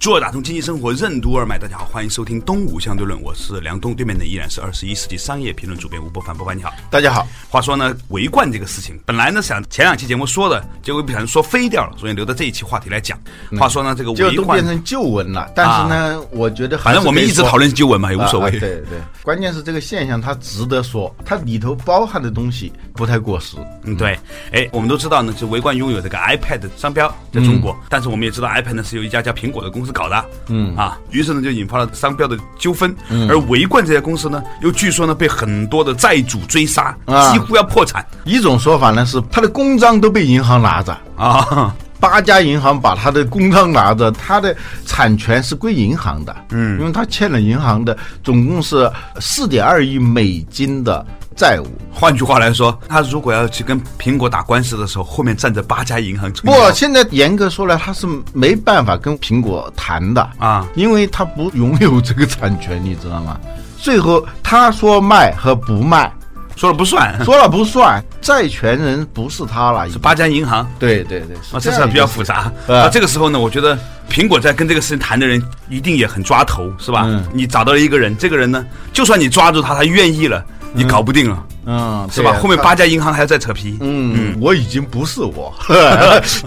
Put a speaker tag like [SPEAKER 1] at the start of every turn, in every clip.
[SPEAKER 1] 做打通经济生活任督二脉，大家好，欢迎收听《东吴相对论》，我是梁东，对面的依然是二十一世纪商业评论主编吴伯凡，伯凡你好。
[SPEAKER 2] 大家好，
[SPEAKER 1] 话说呢，围观这个事情，本来呢想前两期节目说的，结果不小心说飞掉了，所以留到这一期话题来讲。话说呢，这个
[SPEAKER 2] 这
[SPEAKER 1] 围
[SPEAKER 2] 都
[SPEAKER 1] 观
[SPEAKER 2] 变，成旧闻了。但是呢，我觉得还
[SPEAKER 1] 啊反
[SPEAKER 2] 是
[SPEAKER 1] 正我们
[SPEAKER 2] 可以
[SPEAKER 1] 一直
[SPEAKER 2] 说
[SPEAKER 1] 讨论旧闻嘛，也无
[SPEAKER 2] 啊
[SPEAKER 1] 所
[SPEAKER 2] 啊
[SPEAKER 1] 谓。
[SPEAKER 2] 对对，关键是这个现象它值得说，它里头包含的东西不太过时。
[SPEAKER 1] 嗯，对，哎，我们都知道呢，就围观拥有这个 iPad 商标在中国，但是我们也知道 iPad 呢是由一家叫苹果的公司搞的，嗯啊，于是呢就引发了商标的纠纷，而围观这家公司呢，又据说呢被很多的债主追杀，
[SPEAKER 2] 啊
[SPEAKER 1] 几乎要破产
[SPEAKER 2] 一种说法呢是它的公章都被银行拿着，
[SPEAKER 1] 啊，
[SPEAKER 2] 八家银行把它的公章拿着，它的产权是归银行的，嗯，因为它欠了银行的总共是四点二亿美金的债务。
[SPEAKER 1] 换句话来说，他如果要去跟苹果打官司的时候，后面站着八家银行
[SPEAKER 2] 不
[SPEAKER 1] 撑腰，
[SPEAKER 2] 现在严格说来，他是没办法跟苹果谈的
[SPEAKER 1] 啊
[SPEAKER 2] 因为他不拥有这个产权，你知道吗？最后他说卖和不 卖，
[SPEAKER 1] 说了不算，
[SPEAKER 2] 说了不算，债权人不是他了，已
[SPEAKER 1] 是
[SPEAKER 2] 经
[SPEAKER 1] 八家银行。
[SPEAKER 2] 对对对，
[SPEAKER 1] 啊，
[SPEAKER 2] 这
[SPEAKER 1] 这
[SPEAKER 2] 样
[SPEAKER 1] 事儿
[SPEAKER 2] 一
[SPEAKER 1] 比
[SPEAKER 2] 个
[SPEAKER 1] 较
[SPEAKER 2] 事
[SPEAKER 1] 复杂。
[SPEAKER 2] 呃
[SPEAKER 1] 那、这个时候呢，我觉得苹果在跟这个事情谈的人一定也很抓头，是吧？
[SPEAKER 2] 嗯
[SPEAKER 1] 你找到了一个人，这个人呢，就算你抓住他，他愿意了，你搞不定了，
[SPEAKER 2] 嗯，
[SPEAKER 1] 是吧？
[SPEAKER 2] 对啊
[SPEAKER 1] 后面
[SPEAKER 2] 他
[SPEAKER 1] 八家银行还要再扯皮。
[SPEAKER 2] 嗯，我已经不是 我，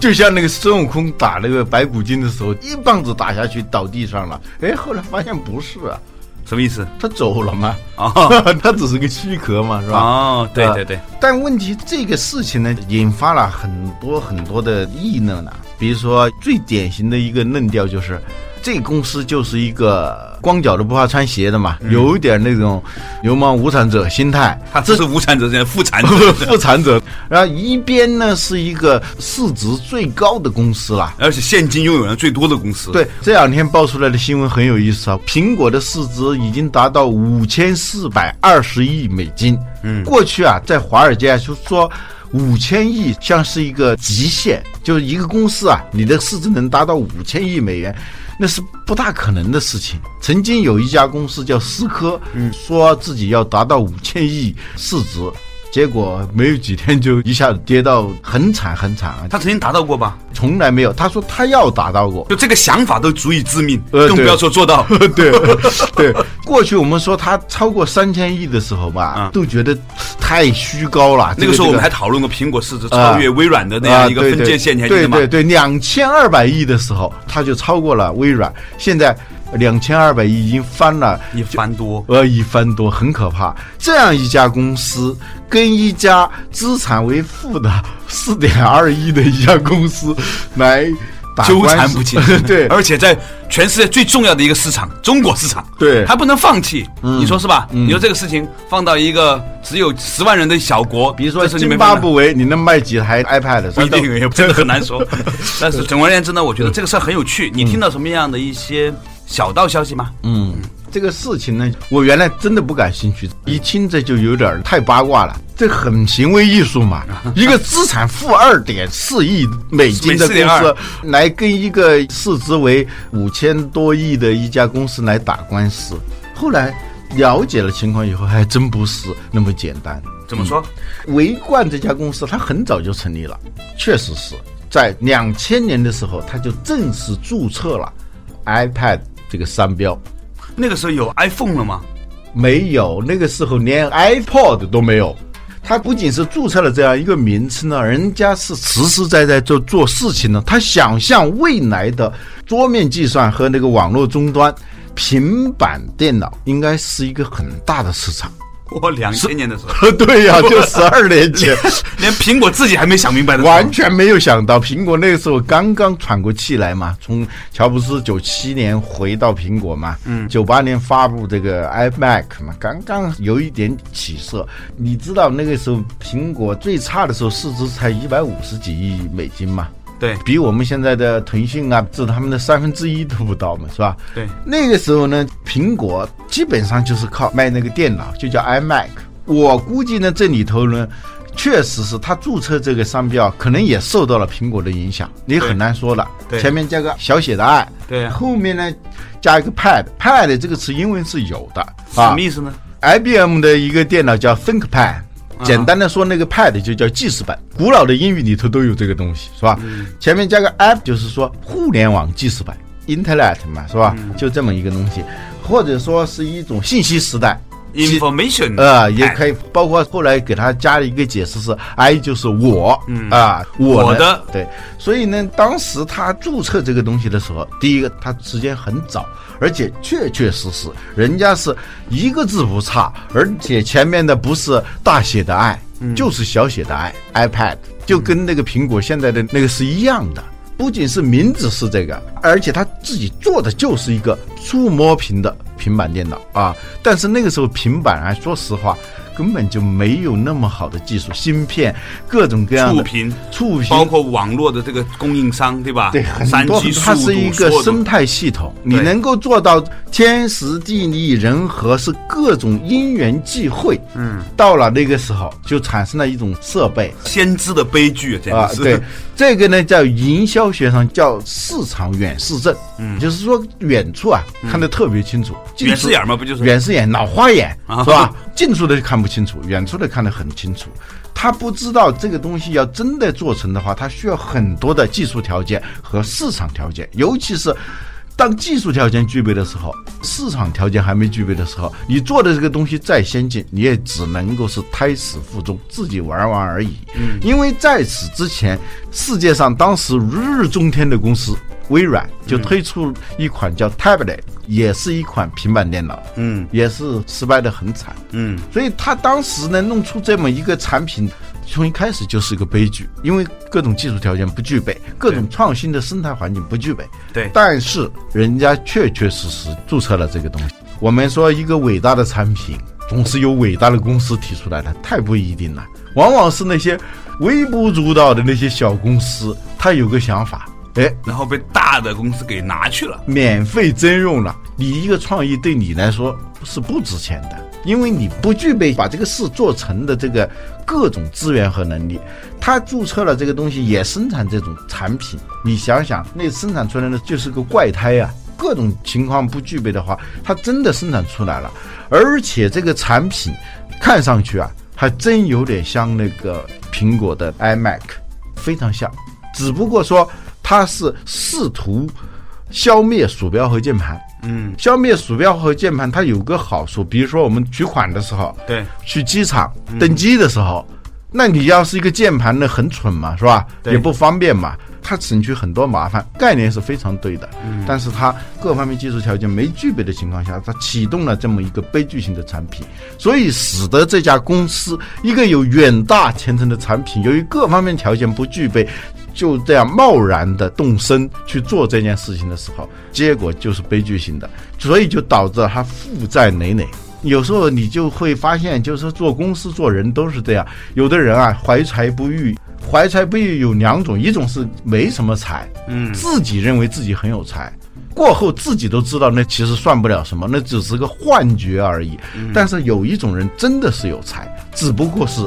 [SPEAKER 2] 就像那个孙悟空打那个白骨精的时候，一棒子打下去倒地上了，哎，后来发现不是啊，
[SPEAKER 1] 什么意思？
[SPEAKER 2] 他走了吗？
[SPEAKER 1] 哦
[SPEAKER 2] 他只是个躯壳嘛，是吧？
[SPEAKER 1] 哦，对
[SPEAKER 2] 啊
[SPEAKER 1] 对对，
[SPEAKER 2] 但问题这个事情呢，引发了很多很多的议论呢。比如说，最典型的一个论调就是，这公司就是一个光脚的不怕穿鞋的嘛，
[SPEAKER 1] 嗯
[SPEAKER 2] 有一点那种流氓无产者心 态。
[SPEAKER 1] 他这是无产 者，这富产者，
[SPEAKER 2] 复产者，然后一边呢是一个市值最高的公司啦，
[SPEAKER 1] 而且现金拥有人最多的公司。
[SPEAKER 2] 对，这两天爆出来的新闻很有意思啊，苹果的市值已经达到五千四百二十亿美金。嗯，过去啊，在华尔街啊就说五千亿像是一个极限，就是一个公司啊，你的市值能达到五千亿美元。那是不大可能的事情。曾经有一家公司叫思科，嗯，说自己要达到五千亿市值，结果没有几天就一下子跌到很惨很惨啊，
[SPEAKER 1] 他曾经达到过吧？
[SPEAKER 2] 从来没有。他说他要达到过，
[SPEAKER 1] 就这个想法都足以致命，
[SPEAKER 2] 呃
[SPEAKER 1] 更不
[SPEAKER 2] 对
[SPEAKER 1] 要说做到。
[SPEAKER 2] 对 对，过去我们说它超过三千亿的时候吧，
[SPEAKER 1] 嗯
[SPEAKER 2] 都觉得太虚高了。
[SPEAKER 1] 那
[SPEAKER 2] 这
[SPEAKER 1] 个时候我
[SPEAKER 2] 这
[SPEAKER 1] 们还讨论过苹果市值超越微软的那
[SPEAKER 2] 啊
[SPEAKER 1] 样一个
[SPEAKER 2] 对
[SPEAKER 1] 分
[SPEAKER 2] 对
[SPEAKER 1] 界线，你还记
[SPEAKER 2] 对
[SPEAKER 1] 得吗？
[SPEAKER 2] 对对，两千二百亿的时候，它就超过了微软，现在两千二百亿已经翻了。
[SPEAKER 1] 一翻多，
[SPEAKER 2] 呃，一翻多很可怕。这样一家公司跟一家资产为负的四点二亿的一家公司来打
[SPEAKER 1] 纠
[SPEAKER 2] 官
[SPEAKER 1] 缠
[SPEAKER 2] 司，
[SPEAKER 1] 不清
[SPEAKER 2] 啊 对，
[SPEAKER 1] 而且在全世界最重要的一个市场——中国市场，
[SPEAKER 2] 对嗯
[SPEAKER 1] 还不能放弃，你说是吧？你说这个事情放到一个只有十万人的小国，
[SPEAKER 2] 比如说
[SPEAKER 1] 这事情没
[SPEAKER 2] 津
[SPEAKER 1] 办
[SPEAKER 2] 巴
[SPEAKER 1] 法
[SPEAKER 2] 布韦，你能卖几台 iPad？
[SPEAKER 1] 不一定
[SPEAKER 2] 它都，
[SPEAKER 1] 也真的很 难说。但是总而言之呢，我觉得
[SPEAKER 2] 嗯
[SPEAKER 1] 这个事儿很有趣。你听到什么样的一些小道消息吗？
[SPEAKER 2] 嗯，这个事情呢，我原来真的不感兴趣，一听这就有点儿太八卦了。这很行为艺术嘛，一个资产负二点四亿美金的公
[SPEAKER 1] 4.2
[SPEAKER 2] 司，来跟一个市值为五千多亿的一家公司来打官司。后来了解了情况以后，还真不是那么简单。
[SPEAKER 1] 怎么说？
[SPEAKER 2] 维冠这家公司，它很早就成立了，确实是在两千年的时候，它就正式注册了 iPad 这个商标。
[SPEAKER 1] 那个时候有 iPhone 了吗？
[SPEAKER 2] 没有，那个时候连 iPod 都没有。它不仅是注册了这样一个名称呢，人家是实实在在做做事情呢。他想象未来的桌面计算和那个网络终端、平板电脑应该是一个很大的市场。
[SPEAKER 1] 我两千年的时候，
[SPEAKER 2] 对呀、就十二年前。
[SPEAKER 1] 连苹果自己还没想明白的时候，
[SPEAKER 2] 完全没有想到，苹果那个时候刚刚喘过气来嘛，从乔布斯九七年回到苹果嘛，嗯，九八年发布这个 iMac 嘛，刚刚有一点起色。你知道那个时候苹果最差的时候市值才一百五十几亿美金嘛？
[SPEAKER 1] 对
[SPEAKER 2] 比我们现在的腾讯啊，至他们的三分之一都不到嘛，是吧？
[SPEAKER 1] 对，
[SPEAKER 2] 那个时候呢，苹果基本上就是靠卖那个电脑，就叫 iMac。我估计呢，这里头呢，确实是他注册这个商标，可能也受到了苹果的影响，你很难说了。
[SPEAKER 1] 对
[SPEAKER 2] 前面加个小写的 i，
[SPEAKER 1] 对啊
[SPEAKER 2] 后面呢加一个 pad，pad 这个词英文是有的
[SPEAKER 1] 什
[SPEAKER 2] 啊
[SPEAKER 1] 么。意思呢？
[SPEAKER 2] IBM 的一个电脑叫 ThinkPad，简
[SPEAKER 1] 啊
[SPEAKER 2] 单的说，那个 Pad 就叫记事本。古老的英语里头都有这个东西，是吧？
[SPEAKER 1] 嗯
[SPEAKER 2] 前面加个 App，就是说互联网记事本 （Internet） 嘛，是吧？
[SPEAKER 1] 嗯
[SPEAKER 2] 就这么一个东西，或者说是一种信息时代。其
[SPEAKER 1] information
[SPEAKER 2] 呃，也
[SPEAKER 1] Act
[SPEAKER 2] 可以，包括后来给他加了一个解释是 “I” 就是我，
[SPEAKER 1] 嗯
[SPEAKER 2] 啊，我
[SPEAKER 1] 我的
[SPEAKER 2] 对，所以呢，当时他注册这个东西的时候，第一个他时间很早，而且确确实实，人家是一个字不差，而且前面的不是大写的 “i”，、就是
[SPEAKER 1] 嗯
[SPEAKER 2] 小写的 “i”，iPad 就跟那个苹果现在的那个是一样的。不仅是名字是这个，而且他自己做的就是一个触摸屏的平板电脑啊。但是那个时候平板啊，说实话根本就没有那么好的技术，芯片各种各样的
[SPEAKER 1] 触屏
[SPEAKER 2] 触屏
[SPEAKER 1] 包括网络的这个供应商，对吧？
[SPEAKER 2] 对，
[SPEAKER 1] 啊三
[SPEAKER 2] 很多
[SPEAKER 1] G
[SPEAKER 2] 它
[SPEAKER 1] 速
[SPEAKER 2] 是一
[SPEAKER 1] 度
[SPEAKER 2] 个
[SPEAKER 1] 速
[SPEAKER 2] 生
[SPEAKER 1] 度，
[SPEAKER 2] 态系统，你
[SPEAKER 1] 对
[SPEAKER 2] 能够做到天时地利人和，是各种因缘际会。嗯，到了那个时候，就产生了一种设备
[SPEAKER 1] 先知的悲剧，简
[SPEAKER 2] 啊
[SPEAKER 1] 直，是。
[SPEAKER 2] 对，这个呢叫营销学上叫市场远视症，嗯，就是说远处啊看得特别清楚，近
[SPEAKER 1] 嗯远
[SPEAKER 2] 处
[SPEAKER 1] 视眼嘛不就是
[SPEAKER 2] 远视眼、老花眼
[SPEAKER 1] 啊
[SPEAKER 2] 是吧？近处的就看不清楚，远处的看得很清楚。他不知道这个东西要真的做成的话，它需要很多的技术条件和市场条件，尤其是。当技术条件具备的时候，市场条件还没具备的时候，你做的这个东西再先进，你也只能够是胎死腹中，自己玩玩而已。嗯，因为在此之前，世界上当时如日中天的公司微软就
[SPEAKER 1] 嗯
[SPEAKER 2] 推出一款叫 Tablet，、也是一款平板电脑，
[SPEAKER 1] 嗯
[SPEAKER 2] 也是失败的很惨。
[SPEAKER 1] 嗯，
[SPEAKER 2] 所以他当时呢弄出这么一个产品，从一开始就是一个悲剧，因为各种技术条件不具备，各种创新的生态环境不具备。
[SPEAKER 1] 对
[SPEAKER 2] 但是人家确确实实注册了这个东西。我们说一个伟大的产品，总是由伟大的公司提出来的，太不一定了。往往是那些微不足道的那些小公司，他有个想法，哎，
[SPEAKER 1] 然后被大的公司给拿去了。
[SPEAKER 2] 免费征用了，你一个创意对你来说是不值钱的，因为你不具备把这个事做成的这个各种资源和能力。他注册了这个东西，也生产这种产品，你想想，那生产出来的就是个怪胎啊！各种情况不具备的话，它真的生产出来了，而且这个产品看上去啊，还真有点像那个苹果的 iMac，非常像，只不过说它是试图消灭鼠标和键盘。嗯，消灭鼠标和键盘，它有个好处，比如说我们取款的时候，
[SPEAKER 1] 对，
[SPEAKER 2] 去机场登机的时候，那你要是一个键盘呢，很蠢嘛，是吧？
[SPEAKER 1] 对
[SPEAKER 2] 也不方便嘛，它省去很多麻烦，概念是非常对的。但是它各方面技术条件没具备的情况下，它启动了这么一个悲剧性的产品，所以使得这家公司一个有远大前程的产品，由于各方面条件不具备。就这样贸然的动身去做这件事情的时候，结果就是悲剧性的，所以就导致了它负债累累。有时候你就会发现，就是说做公司做人都是这样，有的人啊怀才不遇。怀才不遇有两种，一种是没什么才，嗯，自己认为自己很有才，过后自己都知道那其实算不了什么，那只是个幻觉而已。但是有一种人真的是有才，只不过是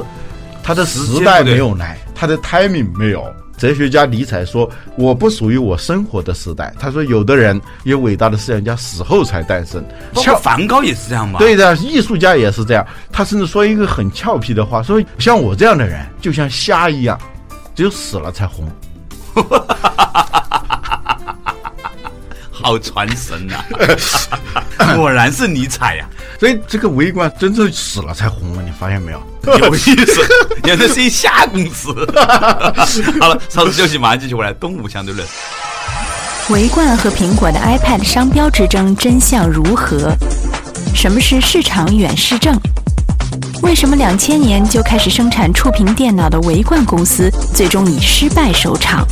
[SPEAKER 2] 他的时代没有来，他的 timing 没有。哲学家尼采说：“我不属于我生活的时代。”他说：“有的人有伟大的思想家死后才诞生，
[SPEAKER 1] 包
[SPEAKER 2] 像
[SPEAKER 1] 括梵高也是这样嘛。
[SPEAKER 2] 对的，艺术家也是这样。他甚至说一个很俏皮的话，说像我这样的人就像虾一样，只有死了才红。
[SPEAKER 1] 好传神呐、 果然是尼 采啊呀、
[SPEAKER 2] 所以这个围观真正死了才红了，你发现没有？
[SPEAKER 1] 有意思，原来是一虾公司。 好了，稍事休息，马上继续回来。东吴相对论，
[SPEAKER 3] 维冠和苹果的 iPad 商标之争真相如何？什么是市场远视症？为什么两千年就开始生产触屏电脑的维冠公司，最终以失败收场？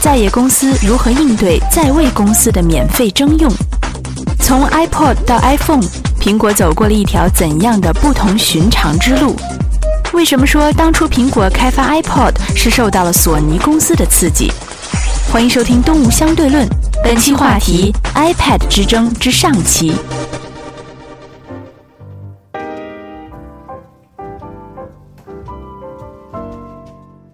[SPEAKER 3] 在野公司如何应对在位公司的免费征用？从 iPod 到 iPhone，苹果走过了一条怎样的不同寻常之路？为什么说当初苹果开发 iPod 是受到了索尼公司的刺激？欢迎收听《东吴相对论》，本期话题 iPad 之争之上期。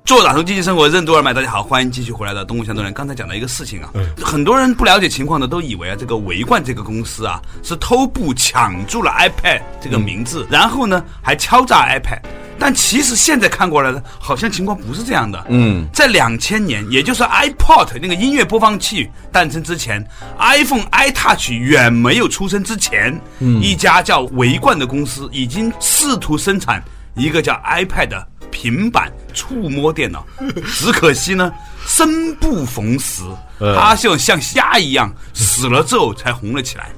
[SPEAKER 1] 做打通经济生活任督二脉，大家好，欢迎继续回来的东吴相对人。刚才讲到一个事情啊，很多人不了解情况的都以为啊，这个维冠这个公司啊是偷步抢注了 iPad 这个名字，然后呢还敲诈 iPad。但其实现在看过来呢，好像情况不是这样的。嗯，在两千年，也就是 iPod 那个音乐播放器诞生之前，iPhone、iTouch 远没有出生之前，一家叫维冠的公司已经试图生产一个叫 iPad 的平板触摸 电脑，只可惜呢，生不逢时，
[SPEAKER 2] 呃
[SPEAKER 1] 它就像虾一样死了之后才红了 起来。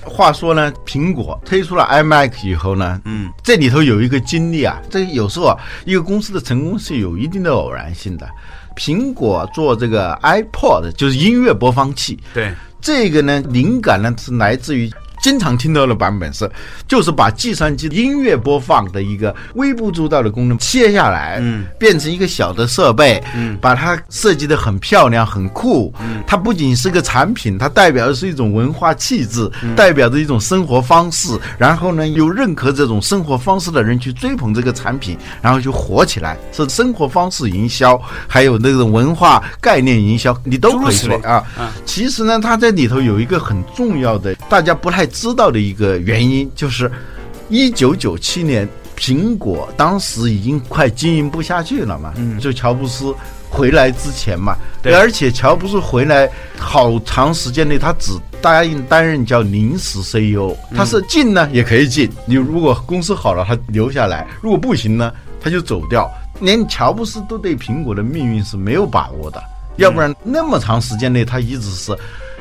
[SPEAKER 2] 话说呢，苹果推出了 iMac 以后呢，嗯，这里头有一个经历啊，这有时候啊，一个公司的成功是有一定的偶然性的。苹果做这个 iPod 就是音乐播放器，
[SPEAKER 1] 对，
[SPEAKER 2] 这个呢灵感呢是来自于。经常听到的版本是，就是把计算机音乐播放的一个微不足道的功能切下来，嗯，变成一个小的设备，嗯，把它设计的很漂亮、很酷，嗯，它不仅是个产品，它代表的是一种文化气质，代表着一种生活方式，然后呢，又认可这种生活方式的人去追捧这个产品，然后就火起来，是生活方式营销，还有那种文化概念营销，你都可以
[SPEAKER 1] 诸如
[SPEAKER 2] 做
[SPEAKER 1] 此类
[SPEAKER 2] 啊。其实呢，它这里头有一个很重要的，大家不太知道的一个原因，就是一九九七年，苹果当时已经快经营不下去了嘛，
[SPEAKER 1] 嗯
[SPEAKER 2] 就乔布斯。回来之前嘛，
[SPEAKER 1] 对
[SPEAKER 2] 而且乔布斯回来好长时间内，他只答应担任叫临时 CEO，他
[SPEAKER 1] 嗯
[SPEAKER 2] 是进呢也可以进，你如果公司好了，他留下来；如果不行呢，他就走掉。连乔布斯都对苹果的命运是没有把握的，
[SPEAKER 1] 嗯
[SPEAKER 2] 要不然那么长时间内他一直是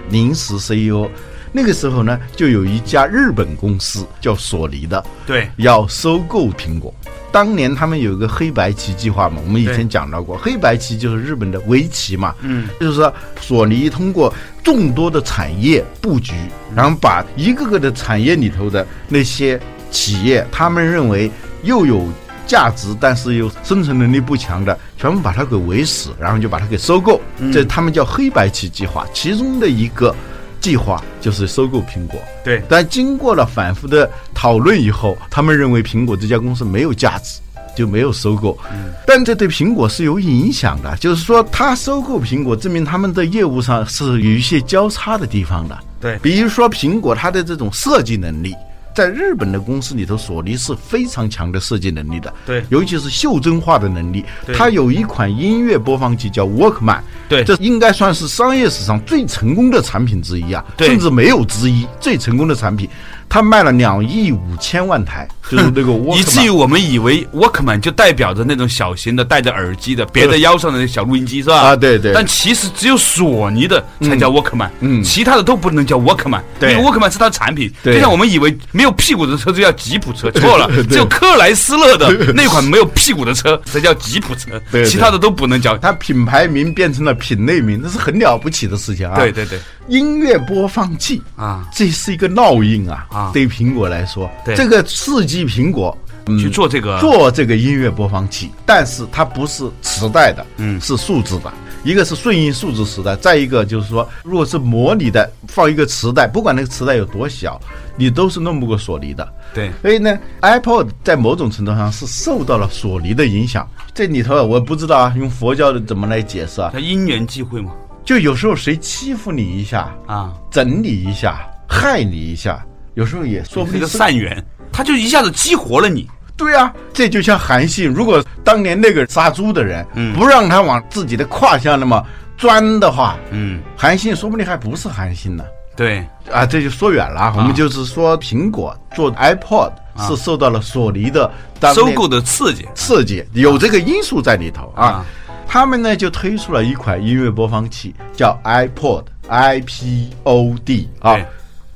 [SPEAKER 2] 临时 CEO。那个时候呢，就有一家日本公司叫索尼的，
[SPEAKER 1] 对
[SPEAKER 2] 要收购苹果。当年他们有一个黑白棋计划嘛，我们以前讲到过，黑白棋就是日本的围棋嘛，嗯，就是说索尼通过众多的产业布局，然后把一个个的产业里头的那些企业，他们认为又有价值，但是又生存能力不强的，全部把它给围死，然后就把它给收购，
[SPEAKER 1] 嗯
[SPEAKER 2] 这他们叫黑白棋计划，其中的一个计划就是收购苹果。
[SPEAKER 1] 对
[SPEAKER 2] 但经过了反复的讨论以后，他们认为苹果这家公司没有价值。就没有收购，但这对苹果是有影响的。就是说，他收购苹果，证明他们的业务上是有一些交叉的地方的。
[SPEAKER 1] 对
[SPEAKER 2] 比如说苹果它的这种设计能力，在日本的公司里头，索尼是非常强的设计能力的。
[SPEAKER 1] 对
[SPEAKER 2] 尤其是袖珍化的能力。它有一款音乐播放器叫 Walkman，
[SPEAKER 1] 对
[SPEAKER 2] 这应该算是商业史上最成功的产品之一啊，
[SPEAKER 1] 对
[SPEAKER 2] 甚至没有之一，最成功的产品。它卖了两亿五千万 台，就是那个 Walkman。
[SPEAKER 1] 以至于我们以为 Walkman 就代表着那种小型的戴着耳机的别在腰上的那小录音机是吧？
[SPEAKER 2] 啊对对
[SPEAKER 1] 但其实只有索尼的才叫 Walkman，
[SPEAKER 2] 嗯
[SPEAKER 1] 其他的都不能叫 Walkman。
[SPEAKER 2] 对
[SPEAKER 1] 因为 Walkman 是它的产品。
[SPEAKER 2] 对
[SPEAKER 1] 就像我们以为没有屁股的车就叫吉普车，错了
[SPEAKER 2] 对，
[SPEAKER 1] 只有克莱斯勒的那款没有屁股的车才叫吉普车
[SPEAKER 2] 对，对
[SPEAKER 1] 其他的都不能叫。
[SPEAKER 2] 它品牌名变成了品类名，这是很了不起的事情啊！
[SPEAKER 1] 对对对，
[SPEAKER 2] 音乐播放器
[SPEAKER 1] 啊，
[SPEAKER 2] 这是一个烙印啊！
[SPEAKER 1] 啊
[SPEAKER 2] 对苹果来说，
[SPEAKER 1] 对
[SPEAKER 2] 这个刺激苹果。
[SPEAKER 1] 去做这
[SPEAKER 2] 嗯
[SPEAKER 1] 个
[SPEAKER 2] 啊做这个音乐播放器，但是它不是磁带的，嗯，是数字的。一个是顺应数字时代，再一个就是说，如果是模拟的，放一个磁带，不管那个磁带有多小，你都是弄不过索尼的。
[SPEAKER 1] 对
[SPEAKER 2] 所以呢，iPod 在某种程度上是受到了索尼的影响。这里头啊我不知道啊，用佛教的怎么来解释啊？
[SPEAKER 1] 叫因缘际会嘛
[SPEAKER 2] 就有时候谁欺负你一下，
[SPEAKER 1] 啊，
[SPEAKER 2] 整你一下，害你一下，有时候也说不
[SPEAKER 1] 这
[SPEAKER 2] 定
[SPEAKER 1] 个
[SPEAKER 2] 是
[SPEAKER 1] 善缘，它就一下子激活了你。
[SPEAKER 2] 对啊，这就像韩信，如果当年那个杀猪的人，
[SPEAKER 1] 嗯
[SPEAKER 2] 不让他往自己的胯下那么钻的话，
[SPEAKER 1] 嗯，
[SPEAKER 2] 韩信说不定还不是韩信呢。
[SPEAKER 1] 对，
[SPEAKER 2] 啊，这就说远了啊，我们就是说苹果做 iPod 是受到了索尼的当
[SPEAKER 1] 啊收
[SPEAKER 2] 年
[SPEAKER 1] 购的刺激。
[SPEAKER 2] 刺激，有这个因素在里头啊
[SPEAKER 1] 啊。
[SPEAKER 2] 他们呢就推出了一款音乐播放器，叫 iPod，I P O D 啊
[SPEAKER 1] 对。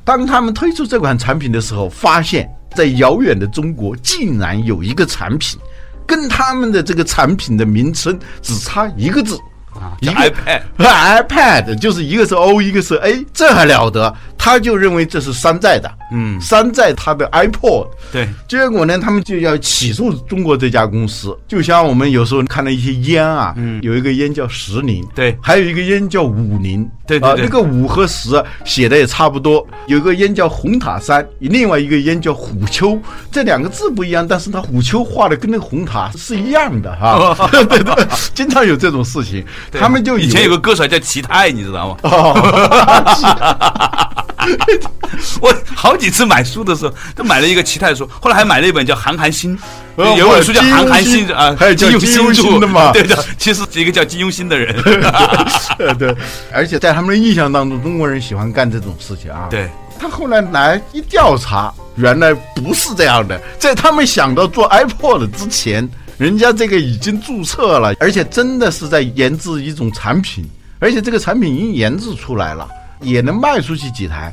[SPEAKER 2] 当他们推出这款产品的时候，发现，在遥远的中国竟然有一个产品，跟他们的这个产品的名称只差一个字。
[SPEAKER 1] 啊
[SPEAKER 2] 一个啊
[SPEAKER 1] 叫 iPad
[SPEAKER 2] 和 iPad 就是一个是 O，一个是 A，这还了得？他就认为这是山寨的，
[SPEAKER 1] 嗯
[SPEAKER 2] 山寨他的 iPod，
[SPEAKER 1] 对，
[SPEAKER 2] 结果呢，他们就要起诉中国这家公司。就像我们有时候看了一些烟啊，有一个烟叫十零，
[SPEAKER 1] 嗯对
[SPEAKER 2] 还有一个烟叫五零，
[SPEAKER 1] 对对
[SPEAKER 2] 啊
[SPEAKER 1] 对
[SPEAKER 2] 那个五和十写的也差不多。有一个烟叫红塔山，另外一个烟叫虎丘，这两个字不一样，但是它虎丘画的跟那个红塔是一样的哈、 对对对，经常有这种事情，他们就
[SPEAKER 1] 哦以
[SPEAKER 2] 为哦
[SPEAKER 1] 前 有个歌手叫齐泰，你知道吗？ 我好几次买书的时候，都买了一个齐泰书，后来还买了一本叫《韩寒心》，
[SPEAKER 2] 呃
[SPEAKER 1] 有一本书叫《韩寒
[SPEAKER 2] 金庸》
[SPEAKER 1] 心
[SPEAKER 2] 心
[SPEAKER 1] 啊，
[SPEAKER 2] 还有叫
[SPEAKER 1] 金
[SPEAKER 2] 金庸心的嘛
[SPEAKER 1] 对的，其实是一个叫金庸心的人。
[SPEAKER 2] 对对，而且在他们的印象当中，中国人喜欢干这种事情啊。
[SPEAKER 1] 对，
[SPEAKER 2] 他后来来一调查，原来不是这样的。在他们想到做 iPod 之前，人家这个已经注册了，而且真的是在研制一种产品，而且这个产品已经研制出来了，也能卖出去几台，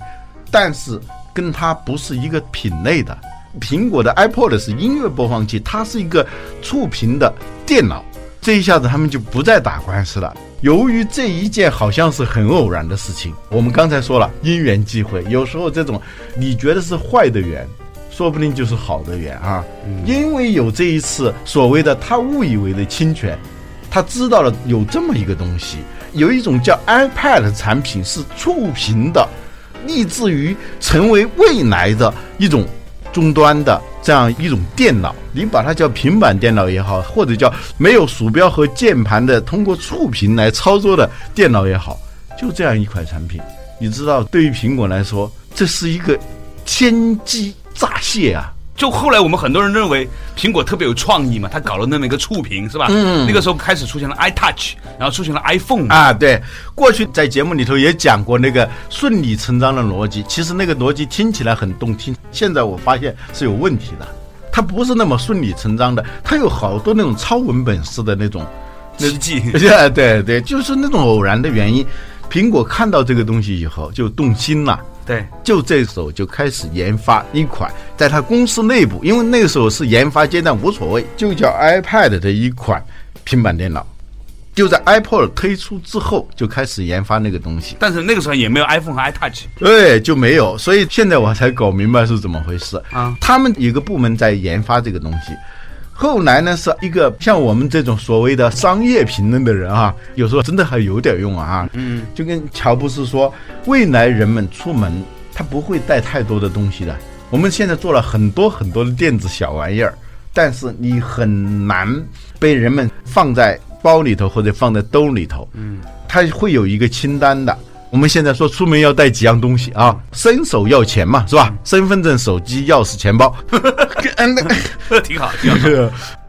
[SPEAKER 2] 但是跟它不是一个品类的。苹果的 iPod 是音乐播放器，它是一个触屏的电脑。这一下子他们就不再打官司了。由于这一件好像是很偶然的事情，我们刚才说了因缘际会，有时候这种你觉得是坏的缘，说不定就是好的缘啊。因为有这一次所谓的他误以为的侵权，他知道了有这么一个东西，有一种叫 iPad 的产品是触屏的，立志于成为未来的一种终端的这样一种电脑，你把它叫平板电脑也好，或者叫没有鼠标和键盘的通过触屏来操作的电脑也好，就这样一款产品，你知道，对于苹果来说，这是一个天机乍泄啊！
[SPEAKER 1] 就后来我们很多人认为苹果特别有创意嘛，他搞了那么一个触屏是吧？嗯，那个时候开始出现了 iTouch，然后出现了 iPhone
[SPEAKER 2] 啊，对，过去在节目里头也讲过那个顺理成章的逻辑，其实那个逻辑听起来很动听，现在我发现是有问题的，它不是那么顺理成章的，它有好多那种超文本式的那种
[SPEAKER 1] 奇迹。
[SPEAKER 2] 对对对，就是那种偶然的原因。苹果看到这个东西以后就动心了，
[SPEAKER 1] 对，
[SPEAKER 2] 就这时候就开始研发一款，在它公司内部，因为那个时候是研发阶段，无所谓，就叫 iPad 的一款平板电脑。就在 iPod 推出之后，就开始研发那个东西。
[SPEAKER 1] 但是那个时候也没有 iPhone 和 iTouch。
[SPEAKER 2] 对，就没有，所以现在我才搞明白是怎么回事
[SPEAKER 1] 啊
[SPEAKER 2] 他们有个部门在研发这个东西，后来呢是一个像我们这种所谓的商业评论的人啊，有时候真的还有点用啊。嗯，就跟乔布斯说，未来人们出门他不会带太多的东西的。我们现在做了很多很多的电子小玩意儿，但是你很难被人们放在包里头或者放在兜里头。嗯，它会有一个清单的。我们现在说出门要带几样东西啊，伸手要钱嘛，是吧？身份证、手机、钥匙、钱 包。嗯，那个
[SPEAKER 1] 挺好，挺好。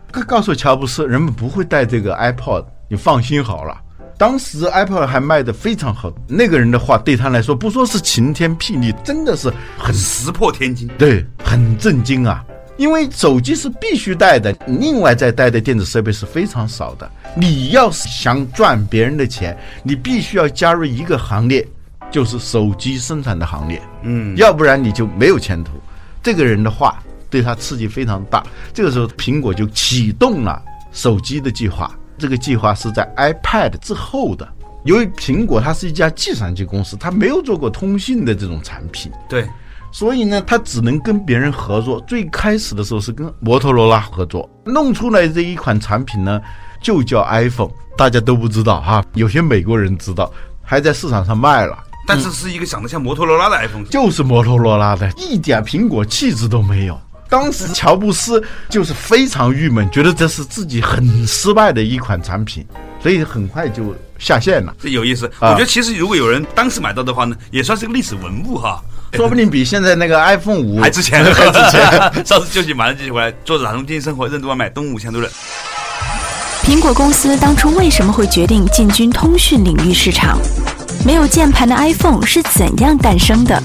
[SPEAKER 2] 告 告诉乔布斯，人们不会带这个 iPod，你放心好了。当时 iPod 还卖的非常好，那个人的话对他来说，不说是晴天霹雳，真的是很
[SPEAKER 1] 石破天惊。
[SPEAKER 2] 对，很震惊啊！因为手机是必须带的，另外再带的电子设备是非常少的。你要是想赚别人的钱，你必须要加入一个行列，就是手机生产的行列。嗯，要不然你就没有前途。这个人的话对他刺激非常大。这个时候，苹果就启动了手机的计划。这个计划是在 iPad 之后的。由于苹果它是一家计算机公司，它没有做过通信的这种产品，
[SPEAKER 1] 对，
[SPEAKER 2] 所以呢，他只能跟别人合作。最开始的时候是跟摩托罗拉合作，弄出来这一款产品呢，就叫 iPhone，大家都不知道哈，有些美国人知道，还在市场上卖了。
[SPEAKER 1] 但是是一个长得像摩托罗拉的 iPhone，
[SPEAKER 2] 就是摩托罗拉的，一点苹果气质都没有。当时乔布斯就是非常郁闷，觉得这是自己很失败的一款产品，所以很快就下线了。
[SPEAKER 1] 这有意思。
[SPEAKER 2] 啊
[SPEAKER 1] 我觉得其实如果有人当时买到的话呢，也算是个历史文物哈。
[SPEAKER 2] 说不定比现在那个 iPhone 五
[SPEAKER 1] 还值钱，还值 钱。上次休息马上继续回来，坐着打通经济生活，任督二脉，东吴相对论。
[SPEAKER 3] 苹果公司当初为什么会决定进军通讯领域市场？没有键盘的 iPhone 是怎样诞生的？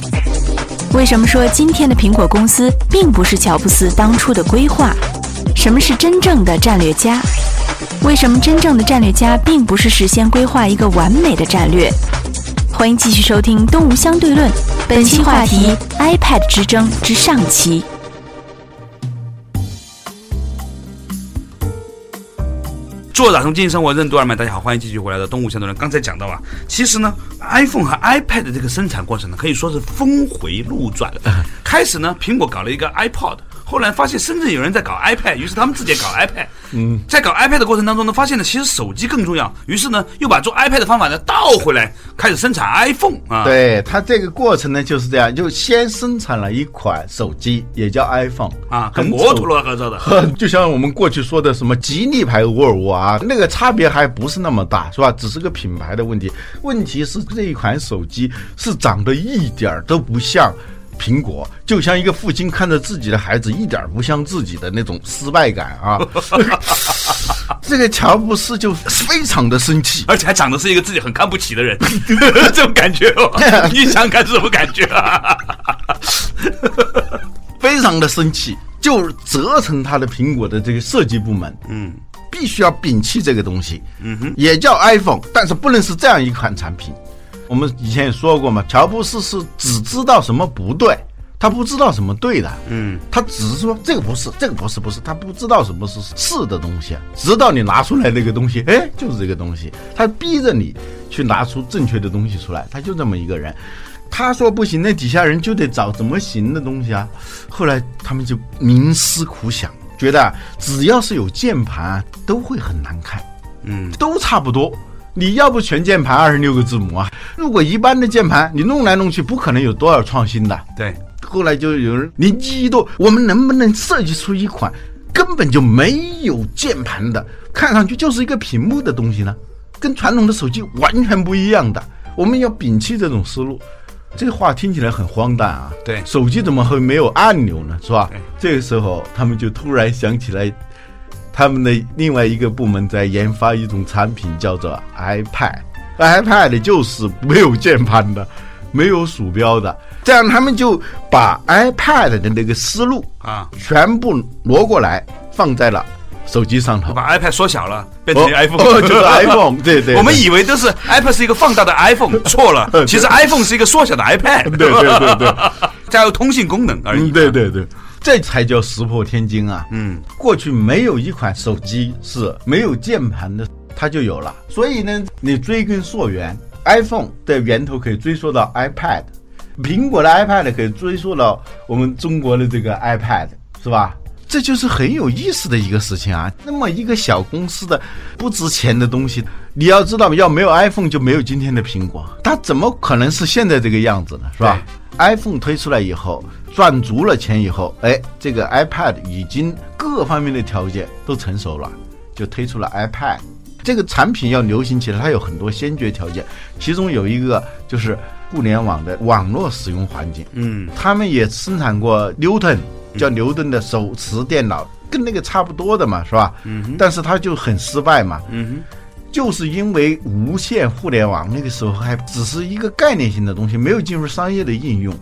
[SPEAKER 3] 为什么说今天的苹果公司并不是乔布斯当初的规划？什么是真正的战略家？为什么真正的战略家并不是事先规划一个完美的战略？欢迎继续收听《东吴相对论》，本期话题 iPad 之争之上期。
[SPEAKER 1] 做打通经济生活任督二脉，大家好，欢迎继续回来的东吴相对论。刚才讲到啊，其实呢，iPhone 和 iPad 的这个生产过程呢，可以说是峰回路转。啊开始呢，苹果搞了一个 iPod。后来发现深圳有人在搞 iPad，于是他们自己也搞 iPad。嗯，在搞 iPad 的过程当中呢，发现呢其实手机更重要，于是呢又把做 iPad 的方法呢倒回来，开始生产 iPhone 啊。，
[SPEAKER 2] 对它这个过程呢就是这样，就先生产了一款手机，也叫 iPhone
[SPEAKER 1] 啊，
[SPEAKER 2] 很
[SPEAKER 1] 跟摩
[SPEAKER 2] 丑
[SPEAKER 1] 托罗拉合作的。
[SPEAKER 2] 呵， 就像我们过去说的什么吉利牌沃尔沃啊，那个差别还不是那么大，是吧？只是个品牌的问题。问题是这一款手机是长得一点儿都不像。苹果就像一个父亲看着自己的孩子一点儿不像自己的那种失败感啊， 这个乔布斯就非常的生气，
[SPEAKER 1] 而且还长得是一个自己很看不起的人， 这种感觉哦，你想看是什么感觉啊？
[SPEAKER 2] 非常的生气，就责成他的苹果的这个设计部门，嗯，必须要摒弃这个东西，嗯哼，也叫 iPhone，但是不能是这样一款产品。我们以前也说过嘛，乔布斯是只知道什么不对，他不知道什么对的，嗯，他只是说这个不是，这个不是，不是，他不知道什么是是的东西，直到你拿出来那个东西，哎，就是这个东西，他逼着你去拿出正确的东西出来，他就这么一个人。他说不行，那底下人就得找怎么行的东西啊。后来他们就冥思苦想，觉得啊只要是有键盘啊，都会很难看。
[SPEAKER 1] 嗯，
[SPEAKER 2] 都差不多。你要不全键盘二十六个字母啊，如果一般的键盘，你弄来弄去，不可能有多少创新的。
[SPEAKER 1] 对，
[SPEAKER 2] 后来就有人灵机一动，我们能不能设计出一款根本就没有键盘的，看上去就是一个屏幕的东西呢？跟传统的手机完全不一样的。我们要摒弃这种思路。这话听起来很荒诞啊！
[SPEAKER 1] 对
[SPEAKER 2] 手机怎么会没有按钮呢？是吧
[SPEAKER 1] 对？
[SPEAKER 2] 这个时候，他们就突然想起来，他们的另外一个部门在研发一种产品，叫做 iPad。iPad 就是没有键盘的，没有鼠标的，这样他们就把 iPad 的那个思路
[SPEAKER 1] 啊，
[SPEAKER 2] 全部挪过来，放在了手机上头。
[SPEAKER 1] 把 iPad 缩小了，变成一
[SPEAKER 2] 哦
[SPEAKER 1] 个 iPhone，、
[SPEAKER 2] 哦就是 iPhone，对对对
[SPEAKER 1] 我们以为都是 iPad 是一个放大的 iPhone，错 了，其实 iPhone 是一个缩小的 iPad，
[SPEAKER 2] 对对对对，
[SPEAKER 1] 加有通信功能而已。
[SPEAKER 2] 嗯，对对对，这才叫石破天惊啊！
[SPEAKER 1] 嗯，
[SPEAKER 2] 过去没有一款手机是没有键盘的，它就有了。所以呢，你追根溯源，iPhone 的源头可以追溯到 iPad，苹果的 iPad 可以追溯到我们中国的这个 iPad，是吧？这就是很有意思的一个事情啊！那么一个小公司的不值钱的东西，你要知道，要没有 iPhone 就没有今天的苹果，它怎么可能是现在这个样子呢？是吧？iPhone 推出来以后，赚足了钱以后，哎，这个 iPad 已经各方面的条件都成熟了，就推出了 iPad。这个产品要流行起来，它有很多先决条件，其中有一个就是互联网的网络使用环境。
[SPEAKER 1] 嗯，
[SPEAKER 2] 他们也生产过牛顿，叫牛顿的手持电脑，跟那个差不多的嘛，是吧？嗯，但是它就很失败嘛。
[SPEAKER 1] 嗯
[SPEAKER 2] 就是因为无线互联网那个时候还只是一个概念性的东西，没有进入商业的应用，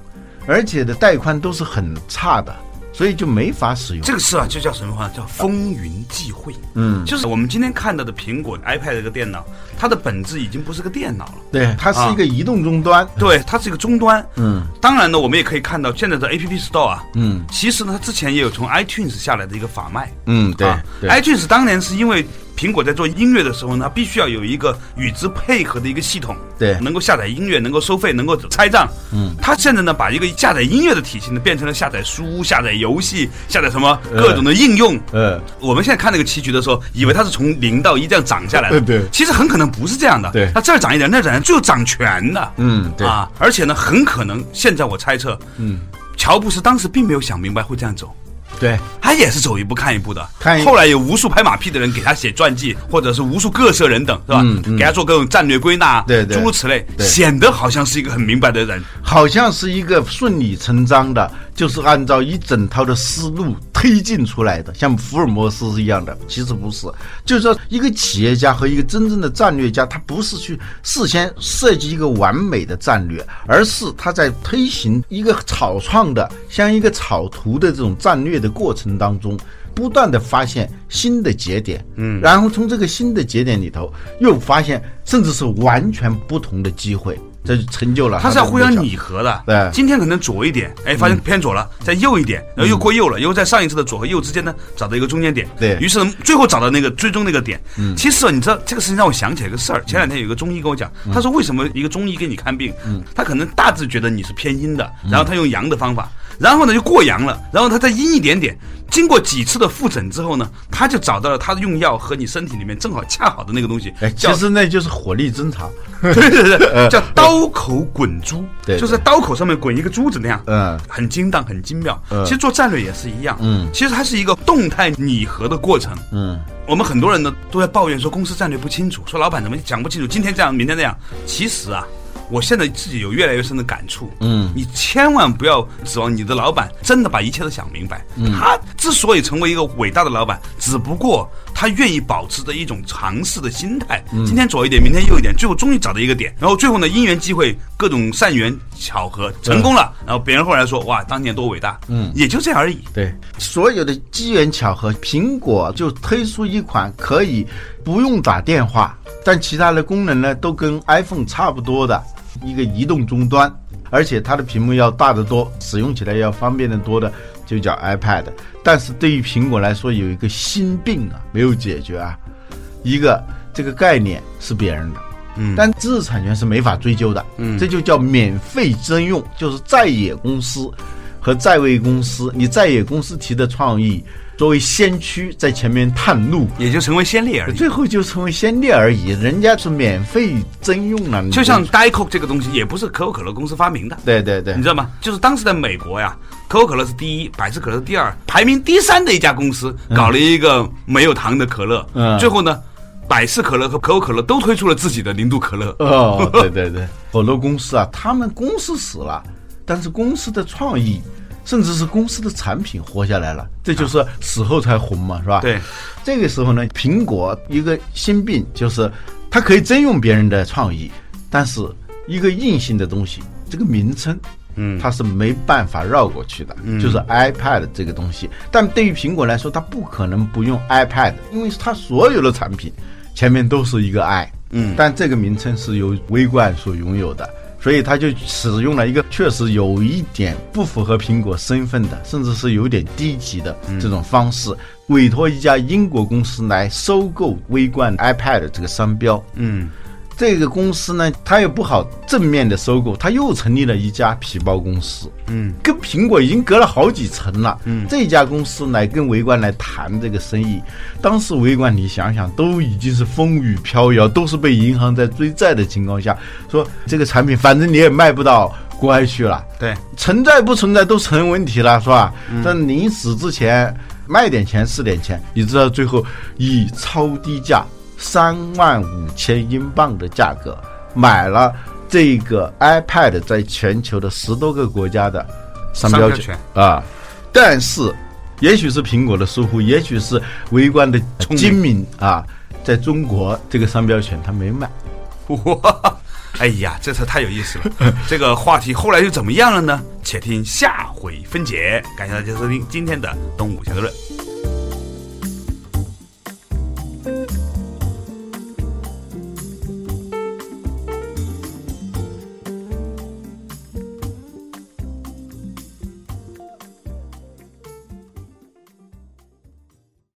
[SPEAKER 2] 而且的带宽都是很差的，所以就没法使用。
[SPEAKER 1] 这个事啊，就叫什么话？叫风云际会。
[SPEAKER 2] 嗯，
[SPEAKER 1] 就是我们今天看到的苹果 iPad 这个电脑，它的本质已经不是个电脑了。
[SPEAKER 2] 对，它
[SPEAKER 1] 啊
[SPEAKER 2] 是一个移动终端。
[SPEAKER 1] 对，它是一个终端。
[SPEAKER 2] 嗯
[SPEAKER 1] 当然呢，我们也可以看到现在的 App Store 啊，
[SPEAKER 2] 嗯
[SPEAKER 1] 其实呢，它之前也有从 iTunes 下来的一个法脉。
[SPEAKER 2] 嗯，对
[SPEAKER 1] 啊、
[SPEAKER 2] 对。
[SPEAKER 1] ，iTunes 当年是因为苹果在做音乐的时候呢，它必须要有一个与之配合的一个系统，
[SPEAKER 2] 对
[SPEAKER 1] 能够下载音乐，能够收费，能够拆账。嗯，它现在呢，把一个下载音乐的体系呢，变成了下载书、下载游戏、下载什么各种的应用。
[SPEAKER 2] 呃，
[SPEAKER 1] 我们现在看那个棋局的时候，以为它是从零到一这样涨下来的，
[SPEAKER 2] 对对
[SPEAKER 1] 其实很可能不是这样的，
[SPEAKER 2] 对
[SPEAKER 1] 它这儿涨一点，那儿涨一点，最后涨全的，
[SPEAKER 2] 嗯对
[SPEAKER 1] 啊，而且呢，很可能现在我猜测，嗯，乔布斯当时并没有想明白会这样走，
[SPEAKER 2] 对，
[SPEAKER 1] 他也是走一步看一步的。
[SPEAKER 2] 看一
[SPEAKER 1] 后来有无数拍马屁的人给他写传记，或者是无数各社人等，是吧？
[SPEAKER 2] 嗯嗯
[SPEAKER 1] 给他做各种战略归纳，
[SPEAKER 2] 对对
[SPEAKER 1] 诸如此类，
[SPEAKER 2] 对
[SPEAKER 1] 显得好像是一个很明白的人。
[SPEAKER 2] 好像是一个顺理成章的，就是按照一整套的思路推进出来的，像福尔摩斯一样的。其实不是，就是说一个企业家和一个真正的战略家，他不是去事先设计一个完美的战略，而是他在推行一个草创的，像一个草图的这种战略的过程当中。不断的发现新的节点，嗯，然后从这个新的节点里头又发现，甚至是完全不同的机会，这就成就了。
[SPEAKER 1] 它是要
[SPEAKER 2] 的
[SPEAKER 1] 互
[SPEAKER 2] 梦
[SPEAKER 1] 相
[SPEAKER 2] 想
[SPEAKER 1] 拟合的。
[SPEAKER 2] 对嗯
[SPEAKER 1] 今天可能左一点，哎，发现偏左了，再右一点，然后又过右了，又在上一次的左和右之间呢，找到一个中间点。
[SPEAKER 2] 对嗯
[SPEAKER 1] 于是呢最后找到那个最终那个点。其实啊你知道这个事情让我想起来一个事儿，前两天有一个中医跟我讲，
[SPEAKER 2] 嗯
[SPEAKER 1] 他说为什么一个中医给你看病，他可能大致觉得你是偏阴的，
[SPEAKER 2] 嗯
[SPEAKER 1] 然后他用阳的方法，然后呢就过阳了，然后他再阴一点点。经过几次的复诊之后呢，他就找到了他用药和你身体里面正好恰好的那个东西，
[SPEAKER 2] 哎，
[SPEAKER 1] 叫
[SPEAKER 2] 其实那就是火力侦察。
[SPEAKER 1] 对 对对，叫刀口滚珠，
[SPEAKER 2] 呃对对
[SPEAKER 1] 就是在刀口上面滚一个珠子那样，
[SPEAKER 2] 嗯
[SPEAKER 1] 很精当，很精妙。
[SPEAKER 2] 嗯
[SPEAKER 1] 其实做战略也是一样，
[SPEAKER 2] 嗯
[SPEAKER 1] 其实它是一个动态拟合的过程。
[SPEAKER 2] 嗯，
[SPEAKER 1] 我们很多人呢都在抱怨说公司战略不清楚，说老板怎么讲不清楚，今天这样，明天那样。其实啊。我现在自己有越来越深的感触，嗯，你千万不要指望你的老板真的把一切都想明白。他之所以成为一个伟大的老板，只不过他愿意保持着一种尝试的心态，今天左一点，明天右一点，最后终于找到一个点，然后最后呢，因缘际会，各种善缘巧合成功了，然后别人后来说哇，当年多伟大，嗯，也就这样而已。
[SPEAKER 2] 对，所有的机缘巧合，苹果就推出一款可以不用打电话，但其他的功能呢都跟 iPhone 差不多的一个移动终端，而且它的屏幕要大得多，使用起来要方便得多的，就叫 iPad。但是对于苹果来说，有一个心病啊，没有解决啊，一个这个概念是别人的。
[SPEAKER 1] 嗯
[SPEAKER 2] 但知识产权是没法追究的，嗯，这就叫免费征用，就是在野公司和在位公司，你在野公司提的创意作为先驱在前面探路，
[SPEAKER 1] 也就成为先例而已。
[SPEAKER 2] 最后就成为先烈而已，人家是免费征用啊了，你
[SPEAKER 1] 就像 d i c o 这个东西，也不是可口可乐公司发明的，
[SPEAKER 2] 对对对
[SPEAKER 1] 你知，道吗？就是当时在美国呀，可口可乐是第一，百事可乐是第二，排名第三的一家公司搞了一个没有糖的可乐，
[SPEAKER 2] 嗯
[SPEAKER 1] 最后呢，百事可乐和可口可乐都推出了自己的零度可乐。
[SPEAKER 2] 哦，对对对，很多公司啊，他们公司死了，但是公司的创意。甚至是公司的产品活下来了，这就是死后才红嘛，是吧？
[SPEAKER 1] 对，
[SPEAKER 2] 这个时候呢，苹果一个心病就是，它可以征用别人的创意，但是一个硬性的东西，这个名称，嗯，它是没办法绕过去的，就是 iPad 这个东西。但对于苹果来说，它不可能不用 iPad，因为它所有的产品前面都是一个 i，嗯，但这个名称是由微冠所拥有的。所以他就使用了一个确实有一点不符合苹果身份的，甚至是有点低级的这种方式，委托一家英国公司来收购微冠 iPad 这个商标。
[SPEAKER 1] 嗯，
[SPEAKER 2] 这个公司呢，它也不好正面的收购，它又成立了一家皮包公司。
[SPEAKER 1] 嗯，
[SPEAKER 2] 跟苹果已经隔了好几层了。嗯，这家公司来跟围观来谈这个生意，当时围观你想想，都已经是风雨飘摇，都是被银行在追债的情况下，说这个产品反正你也卖不到国外去了。
[SPEAKER 1] 对，
[SPEAKER 2] 存在不存在都成问题了，是吧？但临死之前卖点钱是点钱，你知道最后以超低价三万五千英镑的价格买了这个 iPad 在全球的十多个国家的商标
[SPEAKER 1] 商标
[SPEAKER 2] 啊，但是也许是苹果的疏忽，也许是围观的
[SPEAKER 1] 聪明
[SPEAKER 2] 精明啊，在中国这个商标权他没买。
[SPEAKER 1] 哇，哎呀，这次太有意思了。这个话题后来又怎么样了呢？且听下回分解。感谢大家收听今天的《东吴相对论》。